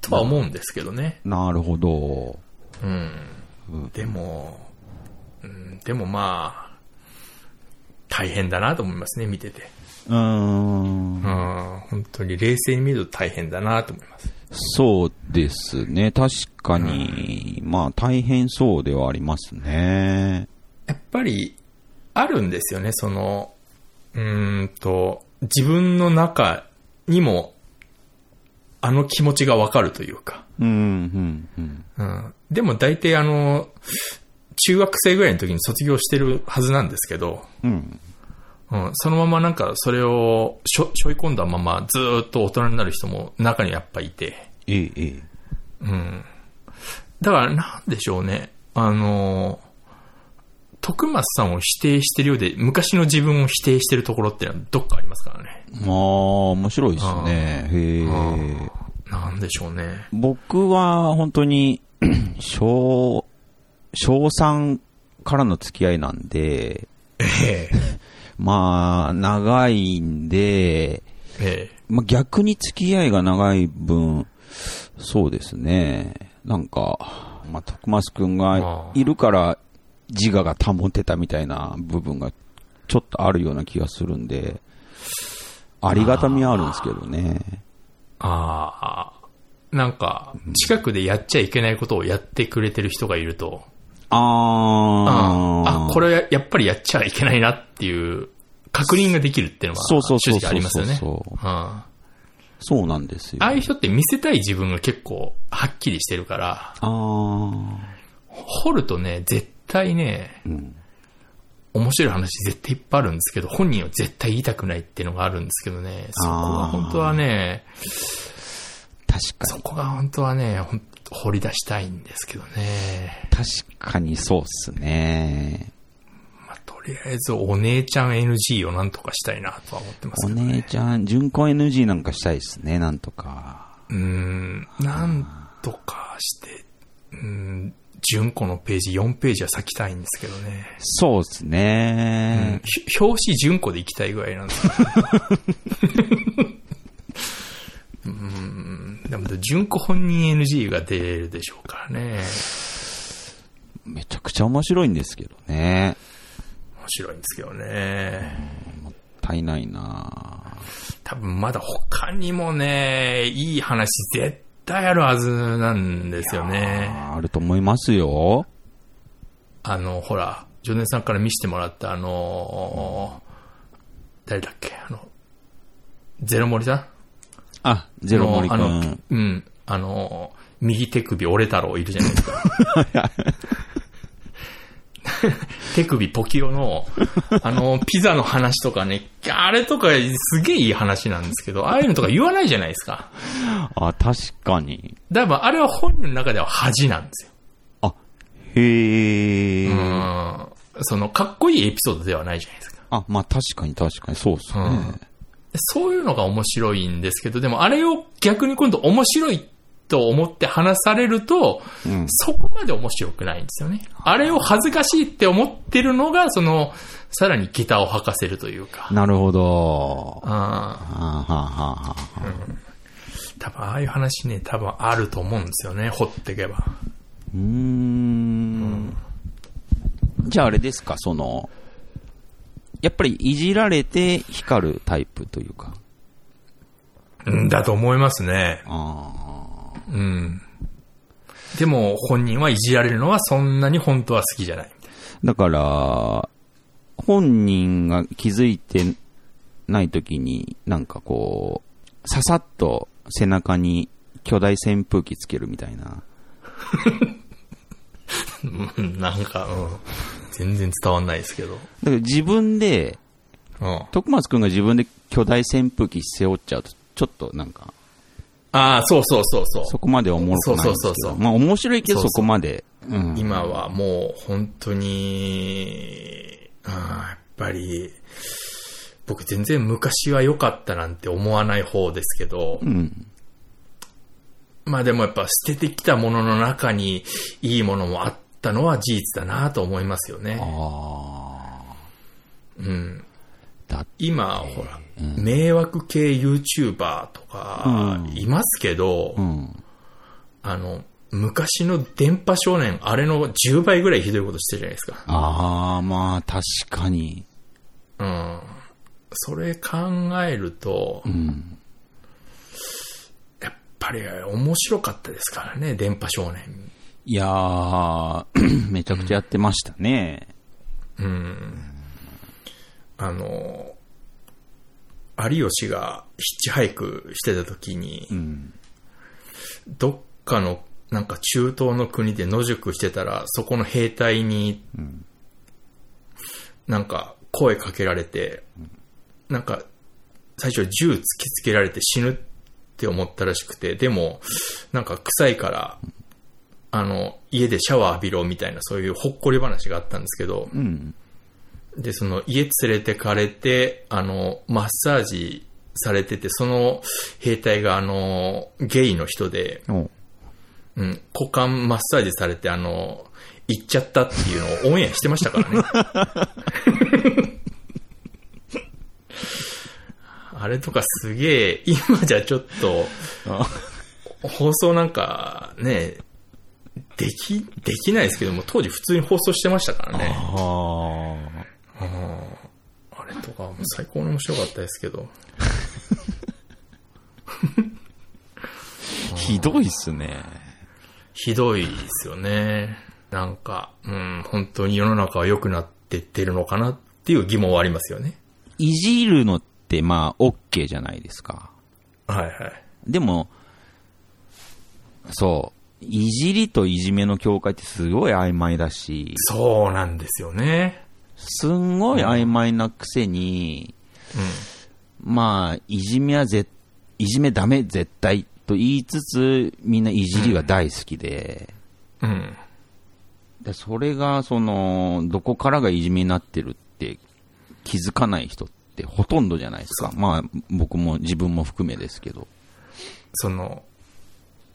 B: とは思うんですけどね。
A: なるほど。
B: うん。でも、うん、でもまあ、大変だなと思いますね、見てて。
A: うーん
B: う。ん、本当に冷静に見ると大変だなと思います。
A: そうですね。確かに、まあ大変そうではありますね。
B: やっぱり、あるんですよね、その、うーんと、自分の中にも、あの気持ちがわかるというか。
A: うん、うん、うん。
B: うん。でも大体あの、中学生ぐらいの時に卒業してるはずなんですけど、
A: うん。
B: うん、そのままなんかそれをしょ、しょい込んだままずーっと大人になる人も中にやっぱいて、
A: ええ、ええ。
B: うん。だから、なんでしょうね。あの、徳松さんを否定してるようで、昔の自分を否定してるところってのはどっかありますからね。
A: まあ、面白いですね。へえ。
B: なんでしょうね。
A: 僕は本当に <clears throat> 小、小3からの付き合いなんで、
B: え
A: まあ、長いんで、
B: え。え
A: まあ逆に付き合いが長い分、そうですね。なんか、まあ、徳松くんがいるから自我が保てたみたいな部分がちょっとあるような気がするんで、ありがたみはあるんですけどね。
B: ああ。なんか、近くでやっちゃいけないことをやってくれてる人がいると、
A: あ
B: あ
A: あ
B: あ、これはやっぱりやっちゃいけないなっていう、確認ができるっていうの
A: そうそ
B: は、
A: う
B: 正
A: そう
B: 直
A: そう
B: ありますよね。
A: そうそう
B: うんあ
A: そうなんですよ。
B: あいう人って見せたい自分が結構はっきりしてるから、
A: ああ。
B: 掘るとね、絶対ね、
A: ん
B: 面白い話絶対いっぱいあるんですけど、本人は絶対言いたくないっていうのがあるんですけどね、そこは
A: あー
B: 本当はね、
A: 確か
B: そこが本当はね、ほん掘り出したいんですけどね。
A: 確かにそうっすね。
B: まあ、とりあえずお姉ちゃん NG をなんとかしたいなとは思ってます
A: お
B: けどね。
A: 姉ちゃん、純婚 NG なんかしたいっすね、なんとか。
B: うーん、なんとかして、うーん、純子のページ4ページは割きたいんですけどね。
A: そうっすね。
B: ひ表紙純子で行きたいぐらいなんですけど。うん、でも純子本人 NG が出るでしょうからね。
A: めちゃくちゃ面白いんですけどね。
B: 面白いんですけどね。
A: 足りないな
B: 多分まだ他にもね、いい話絶対あるはずなんですよね。
A: あると思いますよ。
B: あの、ほら、ジョネさんから見せてもらった、あのー誰だっけ、あの、ゼロ森さん
A: あ、ゼロ森く
B: あのあの
A: ん。
B: うん、あのー右手首折れ太郎いるじゃないですか。
A: <laughs>
B: 手首ポキロの、あのー、ピザの話とかね、あれとかすげえいい話なんですけど、ああいうのとか言わないじゃないですか。
A: あ、確かに。
B: だからあれは本人の中では恥なんですよ。
A: あ、へえ、
B: うん。その、かっこいいエピソードではないじゃないですか。
A: あ、まあ確かに確かに、そうっすね。
B: うんそういうのが面白いんですけど、でもあれを逆に今度面白いと思って話されると、
A: うん
B: そこまで面白くないんですよね。あれを恥ずかしいって思ってるのが、その、さらにギターを吐かせるというか。
A: なるほど。
B: ああ、
A: はあ、はあはあはあ、
B: 多分ああいう話ね、多分あると思うんですよね、掘っていけば。
A: うーん。じゃああれですか、その、やっぱりいじられて光るタイプというか。
B: うんだと思いますね。
A: あ
B: うん。でも、本人はいじられるのはそんなに本当は好きじゃない。 <laughs>
A: あ。だから、本人が気づいてない時に、なんかこう、ささっと背中に巨大扇風機つけるみたいな。
B: うん、なんか、うん。全然伝わんないですけど。
A: だから自分で、
B: うん。
A: 徳松くんが自分で巨大扇風機背負っちゃうと、ちょっとなんか、
B: ああ、そうそうそうそう。
A: そこまでおもろくないんですけど。
B: そうそうそうそう
A: まあ面白いけど
B: そ
A: そう
B: そう
A: こまで。うん
B: 今はもう本当に、あーやっぱり、僕全然昔は良かったなんて思わない方ですけど、
A: うん。
B: まあでもやっぱ捨ててきたものの中にいいものもあったのは事実だなと思いますよね。
A: ああ。
B: うん、
A: だ
B: 今、ほら、迷惑系 YouTuber とか
A: うん
B: いますけど、
A: うん。
B: あの、昔の電波少年、あれの10倍ぐらいひどいことしてるじゃないですか。
A: ああ、まあ確かに。
B: うん。それ考えると、
A: うん。
B: やっぱり面白かったですからね、電波少年。
A: いやー、 <clears throat> めちゃくちゃやってましたね。
B: うん。あの、有吉がヒッチハイクしてた時に、
A: うん。
B: どっかの、なんか中東の国で野宿してたら、そこの兵隊に、なんか声かけられて、なんか最初銃突きつけられて死ぬって思ったらしくて、でも、なんか臭いから、あの、家でシャワー浴びろみたいな、そういうほっこり話があったんですけど、
A: うん。
B: で、その家連れてかれて、あの、マッサージされてて、その兵隊があの、ゲイの人で、
A: お
B: うん、股間マッサージされて、あの、行っちゃったっていうのをオンエアしてましたからね。あれとかすげえ、今じゃちょっ
A: あ
B: と、放送なんかね、でき、できないですけども、当時普通に放送してましたからね。
A: ああ。
B: あれとかもう最高に面白かったですけど。
A: ひどいっすね。
B: ひどいですよね。なんか、うん、本当に世の中は良くなってってるのかなっていう疑問はありますよね。
A: いじるのってまあ OK じゃないですか。
B: はいはい。
A: でも、そう。いじりといじめの境界ってすごい曖昧だし、
B: そうなんですよね。
A: すんごい曖昧なくせに、
B: う
A: まあ、いじめはぜ、いじめダメ絶対っと言いつつ、みんないじりが大好きで、
B: うん。
A: でそれが、その、どこからがいじめになってるって気づかない人ってほとんどじゃないですか。まあ、僕も自分も含めですけど。
B: その、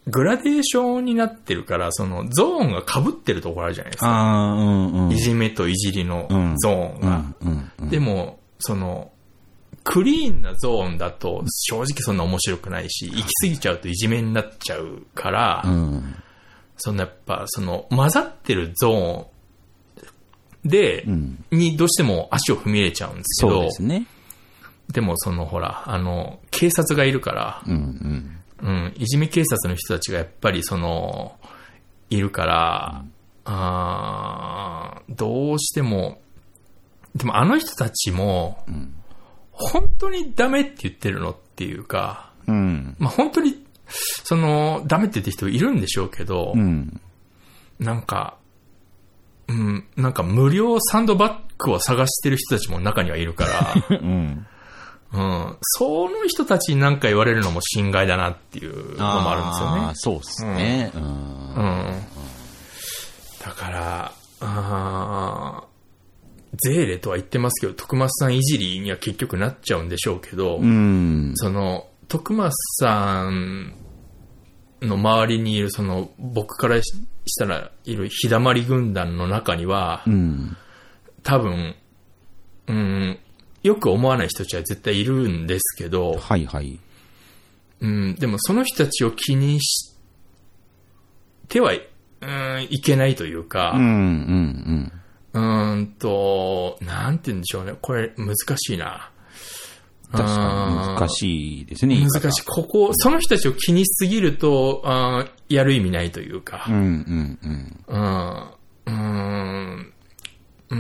B: グラデーションになってるから、そのゾーンが被ってるところあるじゃないですか。
A: ああ、うんうん
B: いじめといじりの
A: うん
B: ゾーン
A: う
B: が
A: ん。うんうん。
B: でも、その、クリーンなゾーンだと正直そんな面白くないし、行き過ぎちゃうといじめになっちゃうから、
A: うん。
B: そのやっぱその混ざってるゾーンで、
A: うん。
B: にどうしても足を踏み入れちゃうんですけ
A: そう
B: ど、
A: ですね。
B: でもそのほら、あの、警察がいるから、
A: うんうん。
B: うん、いじめ警察の人たちがやっぱりその、いるから、あーどうしても、でもあの人たちも、
A: ん
B: 本当にダメって言ってるのっていうか、
A: うん。
B: まあ、本当に、その、ダメって言ってる人いるんでしょうけど、
A: うん。
B: なんか、うん、なんか無料サンドバッグを探してる人たちも中にはいるから、
A: <laughs> うん。
B: うん、その人たちに何か言われるのも侵害だなっていうのもあるんですよね。
A: あーそうですね。うん。
B: うんだから、あーゼーレとは言ってますけど、徳松さんいじりには結局なっちゃうんでしょうけど、
A: うん。
B: その、徳松さんの周りにいる、その、僕からししたらいる日だまり軍団の中には
A: う、ん。
B: 多分、うん、よく思わない人たちは絶対いるんですけど、
A: はいはい。
B: うん、でもその人たちを気にしては、うん、いけないというか、
A: うんうん
B: うーんと、なんて言うんでしょうね。これ難しいな。
A: うん。確かに難
B: い。
A: しいですね、言い方
B: 難しい。。ここ、その人たちを気にしすぎると、あーやる意味ないという
A: うん
B: か。
A: うんうん。
B: うん。うーん。うー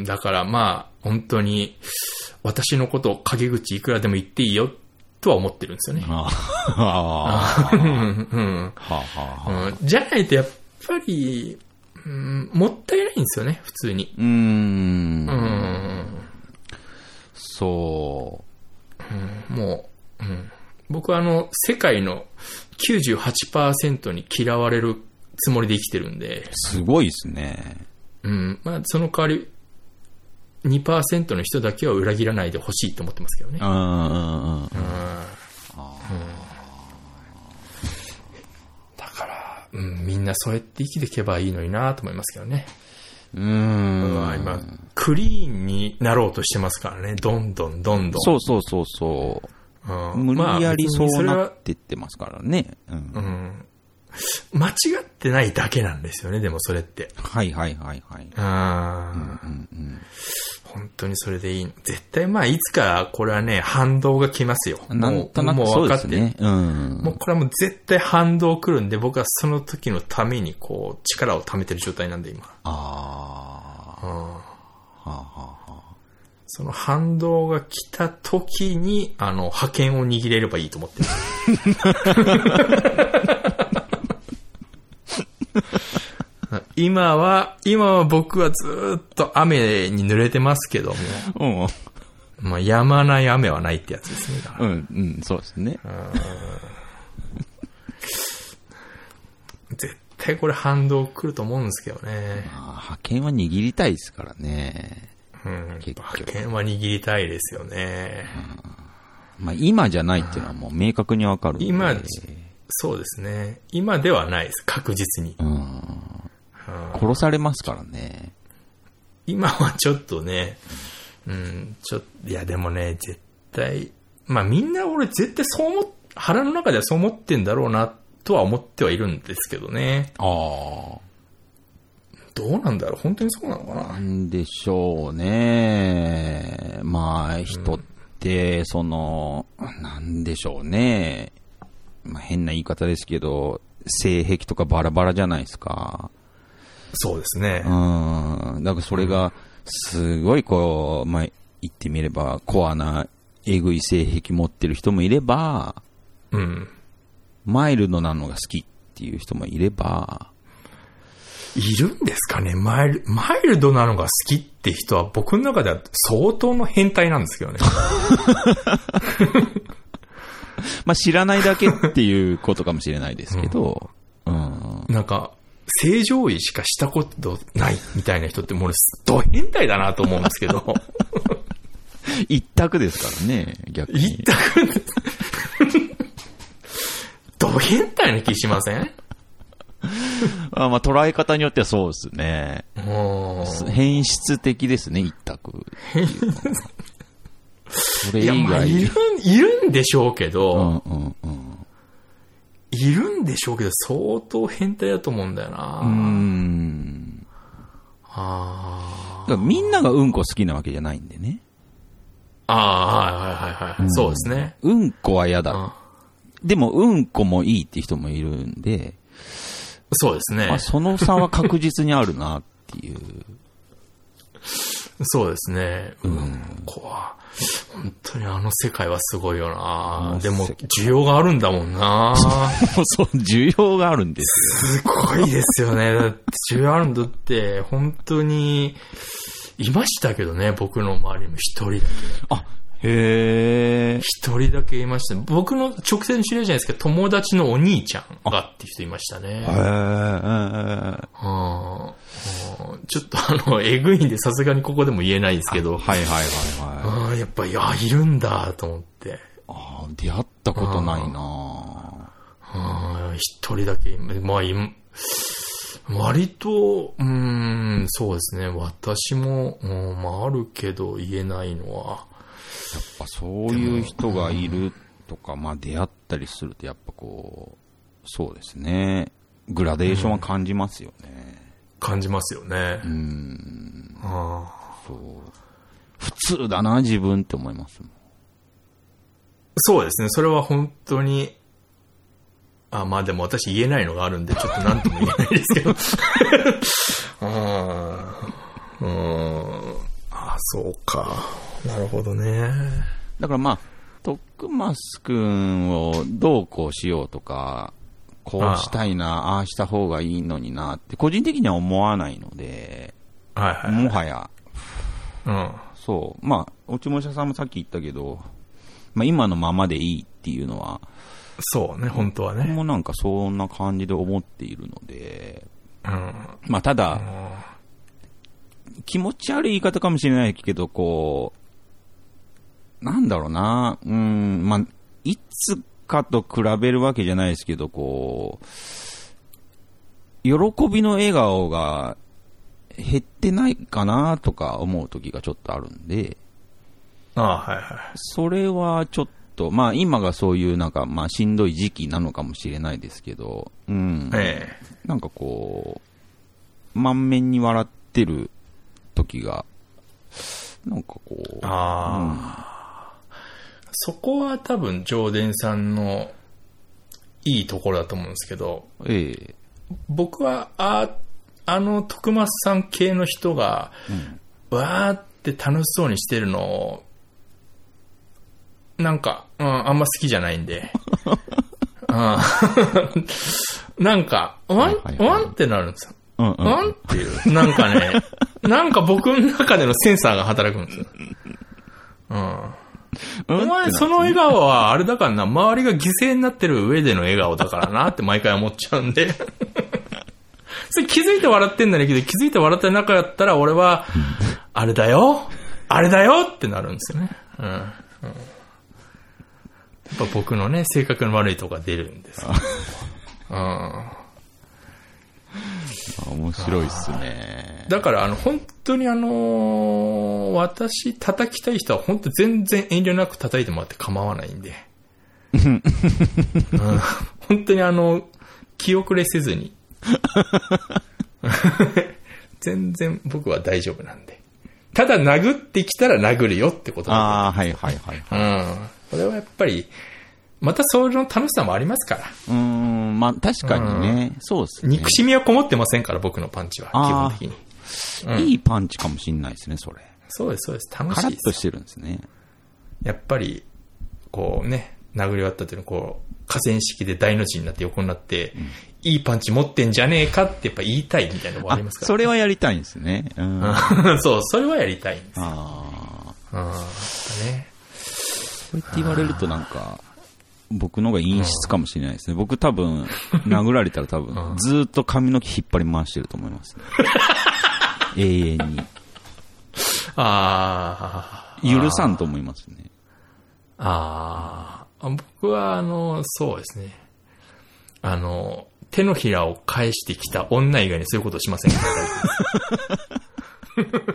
B: ん。だからまあ、本当に、私のことを陰口いくらでも言っていいよ、とは思ってるんですよね。
A: ああ。
B: うんうん
A: はあはあ
B: う
A: はあ。
B: ん。じゃないと、やっぱり、うん、もったいないんですよね、普通に。
A: うーん
B: う。ん。
A: そ
B: もう、うん、僕はあの、世界の98%に嫌われるつもりで生きてるんで
A: う。、すごいですね。
B: うん、まあ、その代わり、2%の人だけは裏切らないでほしいと思ってますけどね
A: う。んうんうんうん。
B: だから、うん、みんなそうやって生きていけばいいのになと思いますけどね。
A: うー
B: まあ
A: ん。
B: 今、クリーンになろうとしてますからね。どんどんどんどん。
A: そうそうそうそう。
B: うん
A: 無理やりそう
B: まあ別にれ
A: な
B: は
A: ってってますからね。うん
B: うん。間違ってないだけなんですよね、でもそれって。
A: はいはいはいはい。
B: あ
A: う
B: あ、
A: んうん
B: 本当にそれでいい。絶対まあ、いつかこれはね、反動が来ますよ。
A: なんとなく
B: もう
A: そ
B: もう
A: う
B: 分か
A: で
B: って
A: す
B: る。
A: ね。うん。
B: もうこれはもう絶対反動来るんで、僕はその時のためにこう、力を貯めてる状態なんで、今。
A: あ
B: うん
A: あ、はあはあはあ。
B: その反動が来た時に、あの、派遣を握れればいいと思ってる。 <laughs> 今は、今は僕はずーっと雨に濡れてますけども、
A: うん。
B: まあ、やまない雨はないってやつですね。だから
A: うん、うん、そうですね。
B: 絶対これ反動来ると思うんですけどね。
A: あー派遣は握りたいですからね。
B: うん。
A: 結局
B: 派遣は握りたいですよね。
A: まあ今じゃないっていうのはもう明確にわかるんで。
B: 今そうですね。今ではないです。確実に。
A: うん。殺されますからね。
B: 今はちょっとね、うん、ちょっと、いやでもね、絶対、まあみんな俺絶対そう思っ、腹の中ではそう思ってんだろうな、とは思ってはいるんですけどね。
A: あ
B: どうなんだろう本当にそうなのかな
A: あ。なんでしょうね。まあ人って、その、なんでしょうね。まあ変な言い方ですけど、性癖とかバラバラじゃないですか。
B: そうですね。
A: うん。だからそれが、すごいこう、まあ、言ってみれば、コアな、えぐい性癖持ってる人もいれば、
B: うん。
A: マイルドなのが好きっていう人もいれば、
B: いるんですかねマイル、マイルドなのが好きって人は僕の <laughs> 中では相当の変態なんですけどね。
A: まあ知らないだけっていうことかもしれないですけど、うん。
B: なんか、正常位しかしたことないみたいな人ってもう俺、ド変態だなと思うんですけ <laughs> ど、
A: 一択ですからね、逆に。
B: 一択なんです。ド変態な気しません
A: あまあ捉え方によってはそうですね。
B: もう
A: 変質的ですね、一択っていうのは。それ
B: <laughs> いや、
A: 以
B: まあ、
A: 外。
B: いるん、いるんでしょうけ
A: う
B: ど、
A: んうんうん。
B: いるんでしょうけど、相当変態だと思うんだよな。
A: うん。
B: あ
A: だからみんながうんこ好きなわけじゃないんでね。
B: あ。ああ、はいはいはいはい。そうですね。
A: うんこは嫌だ。
B: うん
A: でも、うんこもいいって人もいるんで、
B: そうです
A: ま
B: ね
A: あ、。その差は確実にあるなっていう。
B: そうですね。うん。怖本当にあの世界はすごいよ
A: あ
B: な
A: の。世
B: で
A: 界
B: も、需要があるんだもん
A: <laughs> <laughs>
B: な。
A: もうそう、需要があるんです
B: すごいですよね。だって、需要あるんだって、本当に、いましたけどね、僕の周りにも一人だけ。
A: よ。あ、へえ。
B: 一人だけいました。僕の直接の知り合いじゃないですけど、友達のお兄ちゃんがっていう人いましたね。
A: へえ。
B: あーうんちょっとあの、えぐいんでさすがにここでも言えないですけど、
A: はいはいはいはい。
B: あーやっぱ、いや、いるんだと思って。
A: ああ、出会ったことないな
B: あー一人だけ、まあ、今割と、うーん、そうですね。私も、うんまあ、あるけど言えないのは、
A: やっぱそういう人がいるとか、まあ出会ったりするとやっぱこう、そうですね。グラデーションは感じますよね。
B: 感じますよね。あー
A: そう。普通だな、自分って思いますもん。
B: そうですね。それは本当に、あまあでも私言えないのがあるんで、ちょっと何とも言えないですけど。 <laughs> あーうーんあー、そうか。なるほどね。
A: だからまあ、徳スくんをどうこうしようとか、こうしたいな、ああした方がいいのになって、個人的には思わないので、
B: はいはい。
A: もはや、
B: うん。
A: そう。まあ、おちもしゃさんもさっき言ったけど、まあ今のままでいいっていうのは、
B: そうね、本当は
A: 僕
B: ね。
A: もなんかそんな感じで思っているので、
B: うん。
A: まあただ、気持ち悪い言い方かもしれないけど、こう、なんだろうな、うん、まあ、いつかと比べるわけじゃないですけど、こう、喜びの笑顔が減ってないかなとか思う時がちょっとあるんで、
B: ああ、はいはい。
A: それはちょっと、まあ今がそういうなんか、まあしんどい時期なのかもしれないですけど、うん。
B: ええ。
A: なんかこう、満面に笑ってる時が、なんかこう、
B: ああ、そこは多分、ジョーデンさんのいいところだと思うんですけど、
A: ええ
B: 僕は、あ、あの、徳松さん系の人が、わーって楽しそうにしてるのを、なんか、うん、あんま好きじゃない
A: <laughs>
B: んで。うん <laughs> なんか、ワ
A: はい
B: ン、
A: はいはい
B: ワンってなるんですよ。
A: うんうん
B: なんていう。なんかね、なんか僕の中でのセンサーが働くんですよ。うん。
A: うん
B: お前、その笑顔は、あれだからな、周りが犠牲になってる上での笑顔だからなって毎回思っちゃうんで。 <laughs> それ気づいて笑ってんならいいけど、気づいて笑ってなかったら、俺は、あれだよあれだよってなるんですよね。うん。うん、やっぱ僕のね、性格の悪いとこが出るんですよ。うん。
A: 面白いっすね。
B: だから、あの、本当にあのー私、叩きたい人は本当全然遠慮なく叩いてもらって構わないんで。うん本当にあの、気遅れせずに。 <laughs> 全然僕は大丈夫なんで。ただ殴ってきたら殴るよってことだ
A: ああ、はいはいはい。
B: と思う。うん。これはやっぱり、またそれの楽しさもありますから。
A: うーん、まあ確かにね、そうっすね。
B: 憎しみはこもってませんから、僕のパンチは、基
A: あ
B: 本
A: ー
B: 的に。
A: いいパンチかもしんないですね、それ。
B: そうです、そうです。楽
A: カ
B: し
A: ラ
B: いで
A: ッ
B: す
A: と。してるんですね。
B: やっぱり、こうね、殴り終わったというのはこう、河川敷で大の字になって横になって、いいパンチ持ってんじゃねえかってやっぱ言いたいみたいなのもありますか
A: それはやりたいんですね。うん。あ
B: ら。 <laughs> そう、それはやりたいんです。
A: あ。
B: うん。やっぱね。
A: こうやって言われるとなんか、僕の方が陰湿かもしれないですね。僕多
B: <laughs>
A: 分、殴られたら多
B: う
A: 分、
B: ん
A: ずーっと髪の毛引っ張り回してると思います。
B: <laughs>
A: 永遠に。
B: あー
A: 許さんと思いますね。
B: あーあ。僕は、あの、そうですね。あの、手のひらを返してきた女以外にそういうことしませんから。